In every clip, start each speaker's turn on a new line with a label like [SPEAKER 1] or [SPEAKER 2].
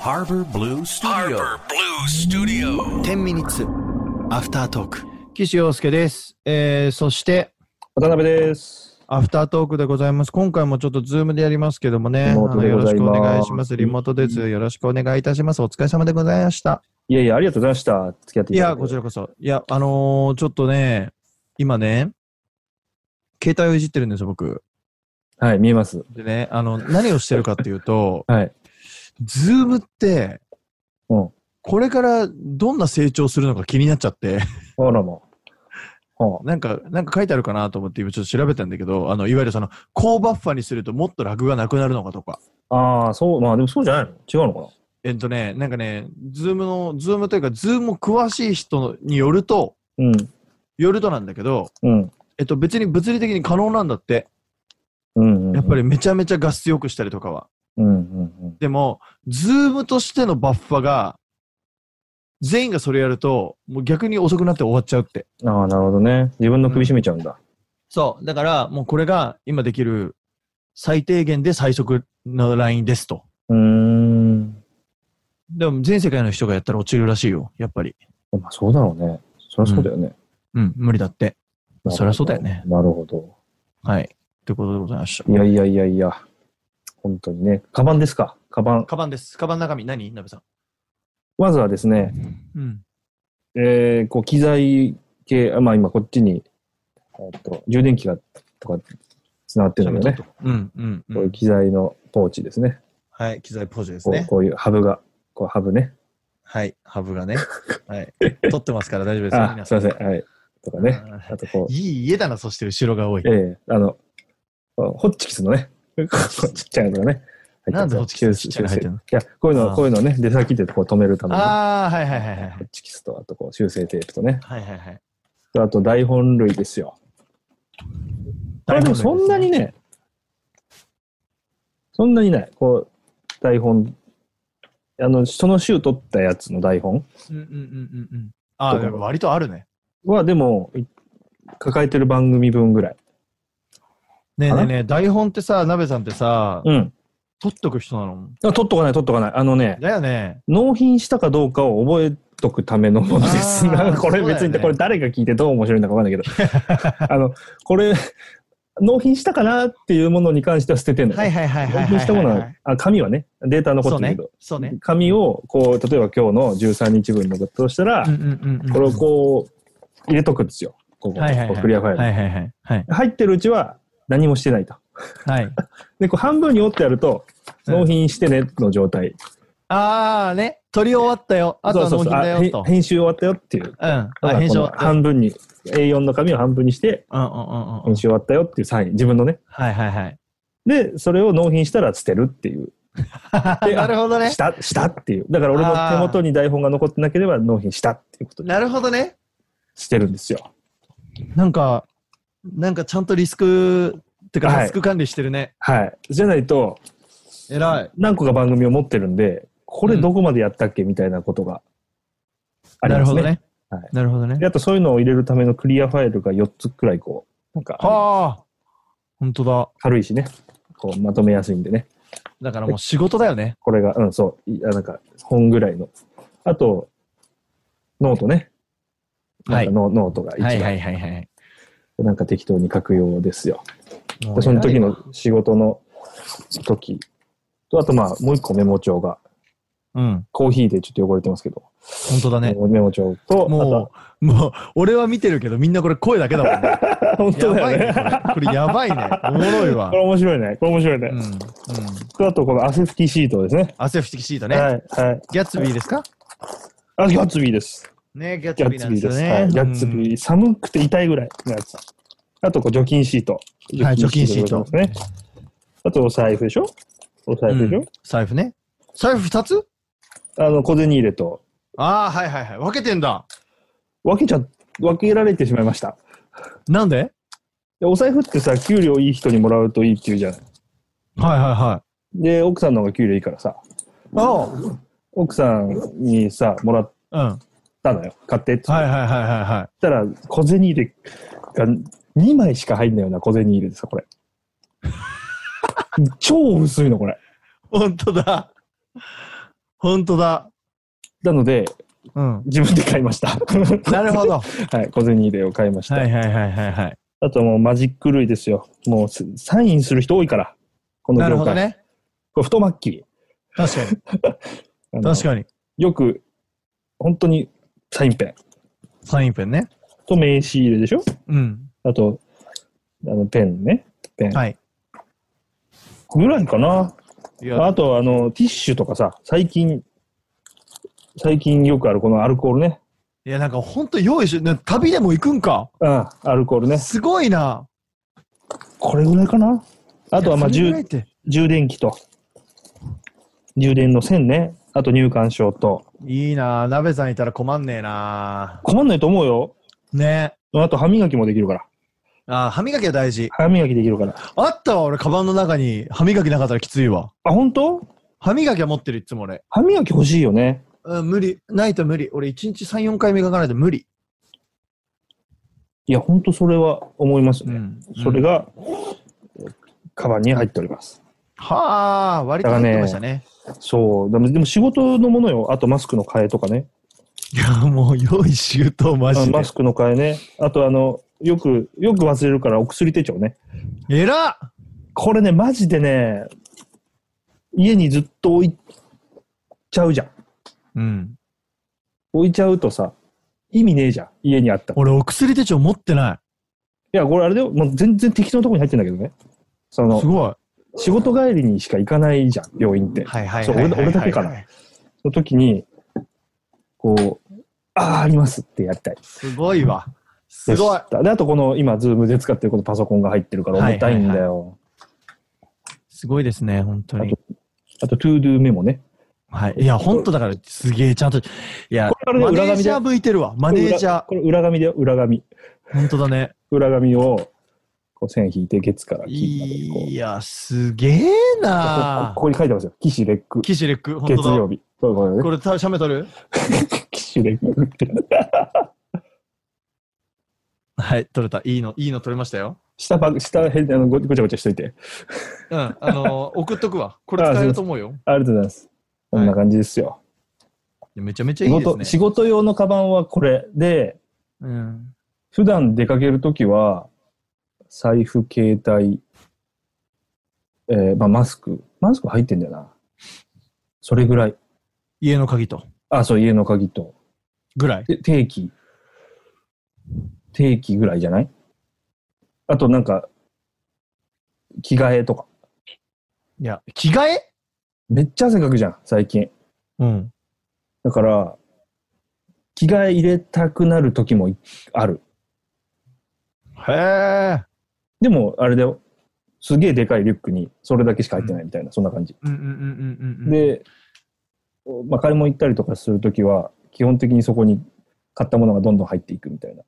[SPEAKER 1] Harbor Blue Studio.
[SPEAKER 2] Harbor Blue Studio.
[SPEAKER 3] 10 minutes after talk
[SPEAKER 4] 岸洋介です。えー、そして、
[SPEAKER 5] 渡辺です。
[SPEAKER 4] アフタートークでございます。今回もちょっとズームでやりますけどもね、
[SPEAKER 5] リモ
[SPEAKER 4] あ
[SPEAKER 5] ート
[SPEAKER 4] の
[SPEAKER 5] で
[SPEAKER 4] よ
[SPEAKER 5] ご
[SPEAKER 4] ろ
[SPEAKER 5] ざ
[SPEAKER 4] し
[SPEAKER 5] いま
[SPEAKER 4] く
[SPEAKER 5] す
[SPEAKER 4] お願いします。リモートです。よろしくお願いいたします。お疲れ様でございました。
[SPEAKER 5] いやいや、ありがとうございました。付き合って
[SPEAKER 4] い
[SPEAKER 5] いただ
[SPEAKER 4] や、
[SPEAKER 5] いて。
[SPEAKER 4] こちらこそ。いや、あのーちょっとね、今ね、携帯をいじってるんですよ、僕。
[SPEAKER 5] はい、見えます。、
[SPEAKER 4] でね、あの、何をしてるかっていうと
[SPEAKER 5] はい。
[SPEAKER 4] ズームって、
[SPEAKER 5] うん
[SPEAKER 4] これからどんな成長するのか気になっちゃって、
[SPEAKER 5] あらま。は
[SPEAKER 4] なんか、なんか書いてあるかなと思って今ちょっと調べたんだけど、あの、いわゆるその、高バッファにするともっとラグがなくなるのかとか。
[SPEAKER 5] あ、ああ、そう、まあでもそうじゃないの違うのかな
[SPEAKER 4] えっとね、なんかね、ズームの、ズームというか、ズーム詳しい人によると、
[SPEAKER 5] うん、
[SPEAKER 4] よるとなんだけど、
[SPEAKER 5] うん、
[SPEAKER 4] えっと別に物理的に可能なんだって。
[SPEAKER 5] うん。うん
[SPEAKER 4] やっぱ。りめちゃめちゃ画質良くしたりとかは。
[SPEAKER 5] うん、うん、
[SPEAKER 4] でも、ズームとしてのバッファが、全員がそれやると、もう逆に遅くなって終わっちゃうって。
[SPEAKER 5] うん。ああ、なるほどね。自分の首絞めちゃうんだ。
[SPEAKER 4] そう。だから、もうこれが今できる最低限で最速のラインですと。
[SPEAKER 5] うーん。
[SPEAKER 4] でも全世界の人がやったら落ちるらしいよ。やっぱり。
[SPEAKER 5] まあそうだろうね。そりゃそうだよね。
[SPEAKER 4] うん、無理だって。そりゃそうだよね
[SPEAKER 5] なるほど。
[SPEAKER 4] はい。ということでございました
[SPEAKER 5] い。やいやいやいや。本当にね。カバンですか。カバン。
[SPEAKER 4] カバンです。カバンの中身何なべさん。
[SPEAKER 5] まずはですね、
[SPEAKER 4] うん。
[SPEAKER 5] えー、こう機材系、あまあ今こっちに、えっと、充電器が、とか、つながってるんだよね。
[SPEAKER 4] うん、うん、
[SPEAKER 5] こういう機材のポーチですね。
[SPEAKER 4] はい。機材ポーチです
[SPEAKER 5] こう
[SPEAKER 4] ね。
[SPEAKER 5] こういうハブが、こうハブね。
[SPEAKER 4] はい。ハブ がね。はい。取ってますから大丈夫ですよ。
[SPEAKER 5] あ、
[SPEAKER 4] 皆
[SPEAKER 5] す
[SPEAKER 4] さ
[SPEAKER 5] い
[SPEAKER 4] ん
[SPEAKER 5] ません。はい。とかね。
[SPEAKER 4] あ
[SPEAKER 5] あとこ
[SPEAKER 4] ー
[SPEAKER 5] う、
[SPEAKER 4] いい家だな、そして後ろが多い。
[SPEAKER 5] ええあの、ホッチキスのね、ちっちゃいのがね。入 ってます
[SPEAKER 4] なんでホッチキスのちっちゃいの入ってんの
[SPEAKER 5] いや、こういう
[SPEAKER 4] あー
[SPEAKER 5] の、こういうのね、出先でこう止めるために。ホ
[SPEAKER 4] ああ、はいはいはいはい。
[SPEAKER 5] ッチキスと、あとこう修正テープとね。
[SPEAKER 4] はいはいはい。
[SPEAKER 5] あと台本類ですよ。あでもそんなにね、そんなにない。こう、台本、あの、その週取ったやつの台本
[SPEAKER 4] うんうんうんうんうん。ああ、でも割とあるね。
[SPEAKER 5] は、でも、い抱えてる番組分ぐらい。
[SPEAKER 4] ねえ
[SPEAKER 5] か
[SPEAKER 4] ね
[SPEAKER 5] な
[SPEAKER 4] えねえ、台本ってさ、なべさんってさ、
[SPEAKER 5] うん。
[SPEAKER 4] 取っとく人なの
[SPEAKER 5] あ取っとかない、取っとかない。あのね、
[SPEAKER 4] だよね。
[SPEAKER 5] 納品したかどうかを覚えとくためのものです。
[SPEAKER 4] あー
[SPEAKER 5] なんかこ
[SPEAKER 4] そうだ
[SPEAKER 5] れ
[SPEAKER 4] よね
[SPEAKER 5] 別に、これ誰が聞いてどう面白いんだかわかんないけど、 あの、これ、納品したかなっていうものに関しては捨ててんのよ。
[SPEAKER 4] はいはいはいはいはいはい。
[SPEAKER 5] 納品したものは、あ、紙はね、データは残
[SPEAKER 4] そ
[SPEAKER 5] っ
[SPEAKER 4] う
[SPEAKER 5] てるけ
[SPEAKER 4] ね
[SPEAKER 5] ど、。
[SPEAKER 4] そうね。
[SPEAKER 5] 紙を、こう、例えば今日の13日分のこととしたら、
[SPEAKER 4] うんうんうんうん。
[SPEAKER 5] これをこう、入れとくんですよ。ここ、
[SPEAKER 4] はいはいはい
[SPEAKER 5] こうクリアファイル、
[SPEAKER 4] はいはいはいはい。
[SPEAKER 5] 入ってるうちは何もしてないと。
[SPEAKER 4] はい。
[SPEAKER 5] で、こう半分に折ってやると、
[SPEAKER 4] うん
[SPEAKER 5] 納品してねの状態。
[SPEAKER 4] ああね、撮り終わったよ。あとは納
[SPEAKER 5] そう
[SPEAKER 4] 品
[SPEAKER 5] そうそうあ
[SPEAKER 4] だよと。
[SPEAKER 5] へ編集終わったよっていう。
[SPEAKER 4] うん。あ、編集終わった。うん
[SPEAKER 5] 半分に、A4 の紙を半分にして、
[SPEAKER 4] うんうんうんう
[SPEAKER 5] 編
[SPEAKER 4] ん。
[SPEAKER 5] 集終わったよっていうサイン、自分のね。
[SPEAKER 4] はいはい はい。
[SPEAKER 5] で、それを納品したら捨てるっていう。で
[SPEAKER 4] なるほどね
[SPEAKER 5] し。た、したっていう。だから俺
[SPEAKER 4] あー
[SPEAKER 5] の手元に台本が残ってなければ納品したっていうことで
[SPEAKER 4] なるほどね。
[SPEAKER 5] 捨てるんですよ。
[SPEAKER 4] なんか、なんかちゃんとリスク、てか
[SPEAKER 5] はい
[SPEAKER 4] リスク管理してるね。
[SPEAKER 5] はい。じゃないと、
[SPEAKER 4] 偉い。
[SPEAKER 5] 何個か番組を持ってるんで、これどこまでやったっけみたいなことがあり
[SPEAKER 4] な
[SPEAKER 5] ま
[SPEAKER 4] る
[SPEAKER 5] す
[SPEAKER 4] ほ
[SPEAKER 5] ね。
[SPEAKER 4] どね
[SPEAKER 5] はい。
[SPEAKER 4] なるほどね
[SPEAKER 5] で。あとそういうのを入れるためのクリアファイルが4つくらいこう、なんか
[SPEAKER 4] はあ。本当だ。
[SPEAKER 5] 軽いしね、こうまとめやすいんでね。
[SPEAKER 4] だからもう仕事だよね。
[SPEAKER 5] これが、うん、そう、いあなんか本ぐらいの。あと、ノートね。な
[SPEAKER 4] は
[SPEAKER 5] ん
[SPEAKER 4] い
[SPEAKER 5] か。ノノートが一番、
[SPEAKER 4] はいはいはいはい。
[SPEAKER 5] なんか適当に書くようですよ。
[SPEAKER 4] も
[SPEAKER 5] で
[SPEAKER 4] う
[SPEAKER 5] その時の仕事の時と、あとまあもう一個メモ帳が、
[SPEAKER 4] うん。
[SPEAKER 5] コーヒーでちょっと汚れてますけど、
[SPEAKER 4] 本当だね。
[SPEAKER 5] メモ帳 と、
[SPEAKER 4] もう、もう、俺は見てるけど、みんなこれ声だけだもん ね。
[SPEAKER 5] あと、本
[SPEAKER 4] や
[SPEAKER 5] 当だ
[SPEAKER 4] ばい
[SPEAKER 5] よ
[SPEAKER 4] ね
[SPEAKER 5] ね。、
[SPEAKER 4] これ。これやばいね。おもろいわ
[SPEAKER 5] これ。面白いね。これ面白いね。
[SPEAKER 4] うん。うん。
[SPEAKER 5] あと、このアセフティシートですね。
[SPEAKER 4] 汗拭きシートね。
[SPEAKER 5] はい。はい。
[SPEAKER 4] ギャッツビーですか
[SPEAKER 5] あ、ギャッツビーです。
[SPEAKER 4] ね、ギャッ
[SPEAKER 5] ギ
[SPEAKER 4] ツ
[SPEAKER 5] ャ
[SPEAKER 4] ビーなん
[SPEAKER 5] ッツビ
[SPEAKER 4] で
[SPEAKER 5] ー
[SPEAKER 4] す
[SPEAKER 5] で
[SPEAKER 4] よ
[SPEAKER 5] す。
[SPEAKER 4] ね。
[SPEAKER 5] はい、ギャッツビー、寒くて痛いぐらいのやつ。あと、こう除菌シート。
[SPEAKER 4] はい除菌シート
[SPEAKER 5] ですね。あと、お財布でしょお財
[SPEAKER 4] うん
[SPEAKER 5] 布でしょ、
[SPEAKER 4] うん財布ね。財布2つ
[SPEAKER 5] あの、小銭入れと、
[SPEAKER 4] ああ、はいはいはい。分けてんだ。
[SPEAKER 5] 分けちゃ、分けられてしまいました。
[SPEAKER 4] なんで
[SPEAKER 5] でお財布ってさ、給料いい人にもらうといいっていうじゃない。
[SPEAKER 4] はいはいは
[SPEAKER 5] で、奥さんの方が給料いいからさ、
[SPEAKER 4] い。お
[SPEAKER 5] 奥さんにさ、もらっ
[SPEAKER 4] うん。はい
[SPEAKER 5] たのよ。買ってって言っ
[SPEAKER 4] はいはいはいは
[SPEAKER 5] たら、小銭入れが2枚しか入んないような小銭入れでさ、これ。 超薄いの、これ。
[SPEAKER 4] い。本当だ。ほんとだ。
[SPEAKER 5] なので、
[SPEAKER 4] うん。
[SPEAKER 5] 自分で買いました。
[SPEAKER 4] なるほど。は
[SPEAKER 5] はい、小銭入れを買いました。
[SPEAKER 4] いはいはいはいはい。
[SPEAKER 5] あともうマジック類ですよ。もうすサインする人多いから、この
[SPEAKER 4] なる
[SPEAKER 5] 業
[SPEAKER 4] ほど
[SPEAKER 5] 界。
[SPEAKER 4] ね。
[SPEAKER 5] これ太巻き。
[SPEAKER 4] 確かに。
[SPEAKER 5] あの
[SPEAKER 4] 確かに。
[SPEAKER 5] よく、本当にサインペン
[SPEAKER 4] サインペンね。
[SPEAKER 5] と名刺入れでしょ
[SPEAKER 4] うん。
[SPEAKER 5] あと、あのペンね。ペン。
[SPEAKER 4] はい。
[SPEAKER 5] ぐらいかな。
[SPEAKER 4] い
[SPEAKER 5] あと、あの、ティッシュとかさ、最近、最近よくあるこのアルコールね。
[SPEAKER 4] いや、なんかほんと用意し、な旅でも行くんか。
[SPEAKER 5] ああ、アルコールね。
[SPEAKER 4] すごいな。
[SPEAKER 5] これぐらいかな。あとは、まあ、
[SPEAKER 4] それぐ
[SPEAKER 5] 充
[SPEAKER 4] らいって
[SPEAKER 5] 充電器と、充電の線ね。あと、入館証と。
[SPEAKER 4] いいな。鍋さんいたら困んねえな。
[SPEAKER 5] 困んないと思うよ。
[SPEAKER 4] ね
[SPEAKER 5] あと、歯磨きもできるから。
[SPEAKER 4] あー歯磨きは大事。
[SPEAKER 5] 歯磨きできるから。
[SPEAKER 4] あったわ、俺、カバンの中に歯磨きなかったらきついわ。
[SPEAKER 5] あ、本当
[SPEAKER 4] 歯磨きは持ってる、いつも俺。
[SPEAKER 5] 歯磨き欲しいよね。
[SPEAKER 4] うん、無理。ないと無理。俺、1日3、4回磨かないと無理。
[SPEAKER 5] いや、本当それは思いますね。それ
[SPEAKER 4] が。
[SPEAKER 5] が、えーカバンに入っております。
[SPEAKER 4] はあ、割と
[SPEAKER 5] だ
[SPEAKER 4] 入
[SPEAKER 5] か
[SPEAKER 4] っ
[SPEAKER 5] らね
[SPEAKER 4] てましたね。
[SPEAKER 5] そう。でも、でも仕事のものよ。あと、マスクの替えとかね。
[SPEAKER 4] いや、もう、用意周到、マ
[SPEAKER 5] あ
[SPEAKER 4] ジで
[SPEAKER 5] マ。スクの替えね。あと、あの、よく、よく忘れるから、お薬手帳ね。
[SPEAKER 4] えらっ
[SPEAKER 5] これね、マジでね、家にずっと置いちゃうじゃん。
[SPEAKER 4] うん。
[SPEAKER 5] 置いちゃうとさ、意味ねえじゃん。家にあったら。い
[SPEAKER 4] 俺、お薬手帳持ってな
[SPEAKER 5] や、これあれだよ。もう全然適当なとこに入ってんだけどね。そ
[SPEAKER 4] い。
[SPEAKER 5] の
[SPEAKER 4] す、ごい。
[SPEAKER 5] 仕事帰りにしか行かないじゃん、病院って。
[SPEAKER 4] はいはい
[SPEAKER 5] そう俺俺だけかな。その時に、こう、ああ、ありますってやりたい。
[SPEAKER 4] すごいわ。すごい。
[SPEAKER 5] い。で、あとこの今、ズームで使ってるこのパソコンが入ってるから重たいんだよ。
[SPEAKER 4] はいすごいですね、本当に。
[SPEAKER 5] あと、トゥードゥーメモね。
[SPEAKER 4] はい。いや、本当だから、すげえ、ちゃんと。いや
[SPEAKER 5] こ、れあれね
[SPEAKER 4] マネ
[SPEAKER 5] 裏
[SPEAKER 4] ー
[SPEAKER 5] 紙
[SPEAKER 4] ジ
[SPEAKER 5] で
[SPEAKER 4] ャー向いてるわ。マネージャー。
[SPEAKER 5] これ裏これ裏紙だよ、裏紙。
[SPEAKER 4] 本当だね。
[SPEAKER 5] 裏紙を、こう線引いて、月から金までにこう。
[SPEAKER 4] いや、すげえ
[SPEAKER 5] こ
[SPEAKER 4] な
[SPEAKER 5] ここに書いてますよ。岸レック。
[SPEAKER 4] キシレック、本
[SPEAKER 5] 月
[SPEAKER 4] 当だ。
[SPEAKER 5] 曜日。そうこれ
[SPEAKER 4] こ
[SPEAKER 5] ね。
[SPEAKER 4] れ、た写メ撮る
[SPEAKER 5] 岸レックって。
[SPEAKER 4] はい、撮れた。いいの、いいの撮れましたよ。
[SPEAKER 5] 下ば、下へあのご、ごちゃごちゃしといて。
[SPEAKER 4] うん、あ のー送っとくわ。これ使えると思うよ。
[SPEAKER 5] ありがとうございます。こんな感じですよ。
[SPEAKER 4] いやめちゃめちゃ
[SPEAKER 5] 仕
[SPEAKER 4] いい
[SPEAKER 5] 事、
[SPEAKER 4] です
[SPEAKER 5] 仕
[SPEAKER 4] ね。
[SPEAKER 5] 事用のカバンはこれで、
[SPEAKER 4] うん。
[SPEAKER 5] 普段出かけるときは、財布、携帯、えーまあ、マスク。マスク入ってんだよな。それぐらい。
[SPEAKER 4] 家の鍵と。
[SPEAKER 5] あ、そう、家の鍵と。
[SPEAKER 4] ぐらい。
[SPEAKER 5] て定期。定期ぐらいじゃないあと、なんか、着替えとか。
[SPEAKER 4] いや、着替え
[SPEAKER 5] めっちゃ汗かくじゃん、最近。
[SPEAKER 4] うん。
[SPEAKER 5] だから、着替え入れたくなるときもいある。
[SPEAKER 4] へえ。
[SPEAKER 5] でも、あれだよ。すげえでかいリュックに、それだけしか入ってないみたいな、そんな感じ。
[SPEAKER 4] うんうんうんうんうん。、
[SPEAKER 5] で、まあ、買い物行ったりとかするときは、基本的にそこに買ったものがどんどん入っていくみたいな。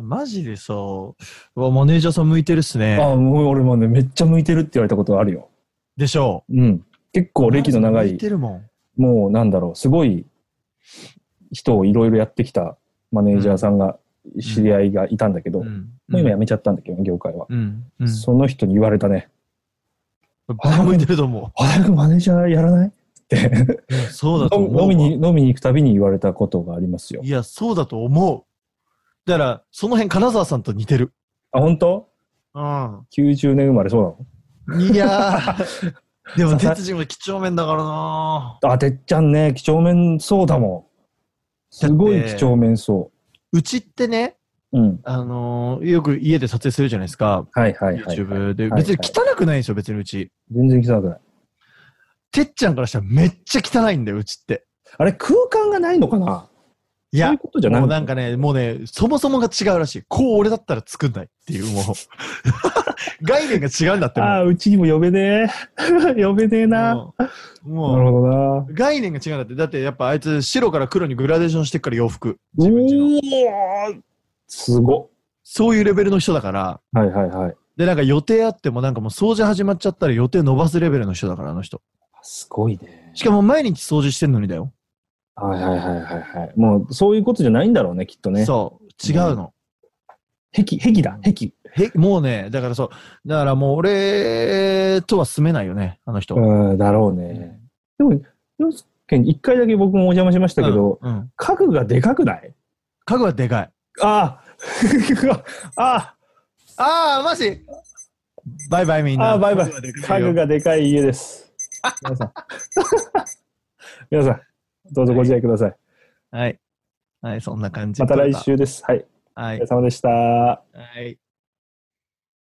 [SPEAKER 4] マジでさ、うわマネージャーさん向いてるっすね。
[SPEAKER 5] ああ、もう俺もね、めっちゃ向いてるって言われたことあるよ。
[SPEAKER 4] でしょ
[SPEAKER 5] うん。結構
[SPEAKER 4] う。
[SPEAKER 5] 歴の長
[SPEAKER 4] 向い
[SPEAKER 5] い、
[SPEAKER 4] てるもん。
[SPEAKER 5] もうなんだろう、すごい人をいろいろやってきたマネージャーさんが、知り合いがいたんだけど、
[SPEAKER 4] うん。
[SPEAKER 5] もう今辞
[SPEAKER 4] や。
[SPEAKER 5] めちゃったんだけど、業界は。
[SPEAKER 4] うん。うん。
[SPEAKER 5] その人に言われたね。
[SPEAKER 4] バカ向いてると思
[SPEAKER 5] あれマネージャーやらないって
[SPEAKER 4] う。いやそうだと思うわ。
[SPEAKER 5] 飲みに、飲みに行くたびに言われたことがありますよ。
[SPEAKER 4] いや、そうだと思う。だから、その辺、金沢さんと似てる。
[SPEAKER 5] あ、本当
[SPEAKER 4] うん。
[SPEAKER 5] ?90 年生まれそうなの
[SPEAKER 4] いやー。 でも、
[SPEAKER 5] ささ
[SPEAKER 4] 鉄人も几帳面だからな
[SPEAKER 5] あ、てっちゃんね、几帳面そうだもん。すご
[SPEAKER 4] だ
[SPEAKER 5] い
[SPEAKER 4] って
[SPEAKER 5] 几帳面そう
[SPEAKER 4] ちってね、
[SPEAKER 5] う。うん。
[SPEAKER 4] あのーよく家で撮影するじゃないですか。
[SPEAKER 5] はいはいはい。
[SPEAKER 4] YouTube で。
[SPEAKER 5] はい
[SPEAKER 4] 別に汚くないんですよ、別にうち。
[SPEAKER 5] 全然汚くない。
[SPEAKER 4] てっちゃんからしたらめっちゃ汚いんだよ、うちって。
[SPEAKER 5] あれ、空間がないのかないそう
[SPEAKER 4] や
[SPEAKER 5] いう、ことじゃない
[SPEAKER 4] もう
[SPEAKER 5] の
[SPEAKER 4] なんかね、もうね、そもそもが違うらしい。こう俺だったら作んないっていう、もう。概念が違うんだ って、
[SPEAKER 5] あ
[SPEAKER 4] も
[SPEAKER 5] あ、うちにも呼べねえ。 呼べねえ
[SPEAKER 4] う。
[SPEAKER 5] な。
[SPEAKER 4] もう、もう
[SPEAKER 5] なるほどな。
[SPEAKER 4] 概念が違うんだって。だってやっぱあいつ白から黒にグラデーションしてっから洋服。
[SPEAKER 5] お
[SPEAKER 4] 自分ちの。
[SPEAKER 5] ーすご
[SPEAKER 4] そういうレベルの人だから。
[SPEAKER 5] っ。はいはいはい。
[SPEAKER 4] で、なんか予定あってもなんかもう掃除始まっちゃったら予定伸ばすレベルの人だから、あの人。
[SPEAKER 5] すごいね。
[SPEAKER 4] しかも毎日掃除してんのにだよ。
[SPEAKER 5] はいはいはいはいはい。もう、そういうことじゃないんだろうね、きっとね。
[SPEAKER 4] そう。違うの。
[SPEAKER 5] 壁、壁だ、壁。
[SPEAKER 4] へもうね、だからそう。だからもう俺とは住めないよね、あの人。
[SPEAKER 5] うん、だろうね。でも、よし県、一回だけ僕もお邪魔しましたけど、
[SPEAKER 4] うんうん
[SPEAKER 5] 家具がでかくない
[SPEAKER 4] 家具はでかい。
[SPEAKER 5] ああ あ
[SPEAKER 4] ああ、マジバイバイみん
[SPEAKER 5] ああ
[SPEAKER 4] な。
[SPEAKER 5] あバイバイ。
[SPEAKER 4] 家
[SPEAKER 5] 家具
[SPEAKER 4] 具が。
[SPEAKER 5] がでかい 家です。皆さん。皆さん、どうぞご自愛く ださい。
[SPEAKER 4] はい。はい、そんな感じ。
[SPEAKER 5] また来。週です。はい。
[SPEAKER 4] は
[SPEAKER 5] お疲
[SPEAKER 4] い
[SPEAKER 5] れ。様でした。
[SPEAKER 4] はい。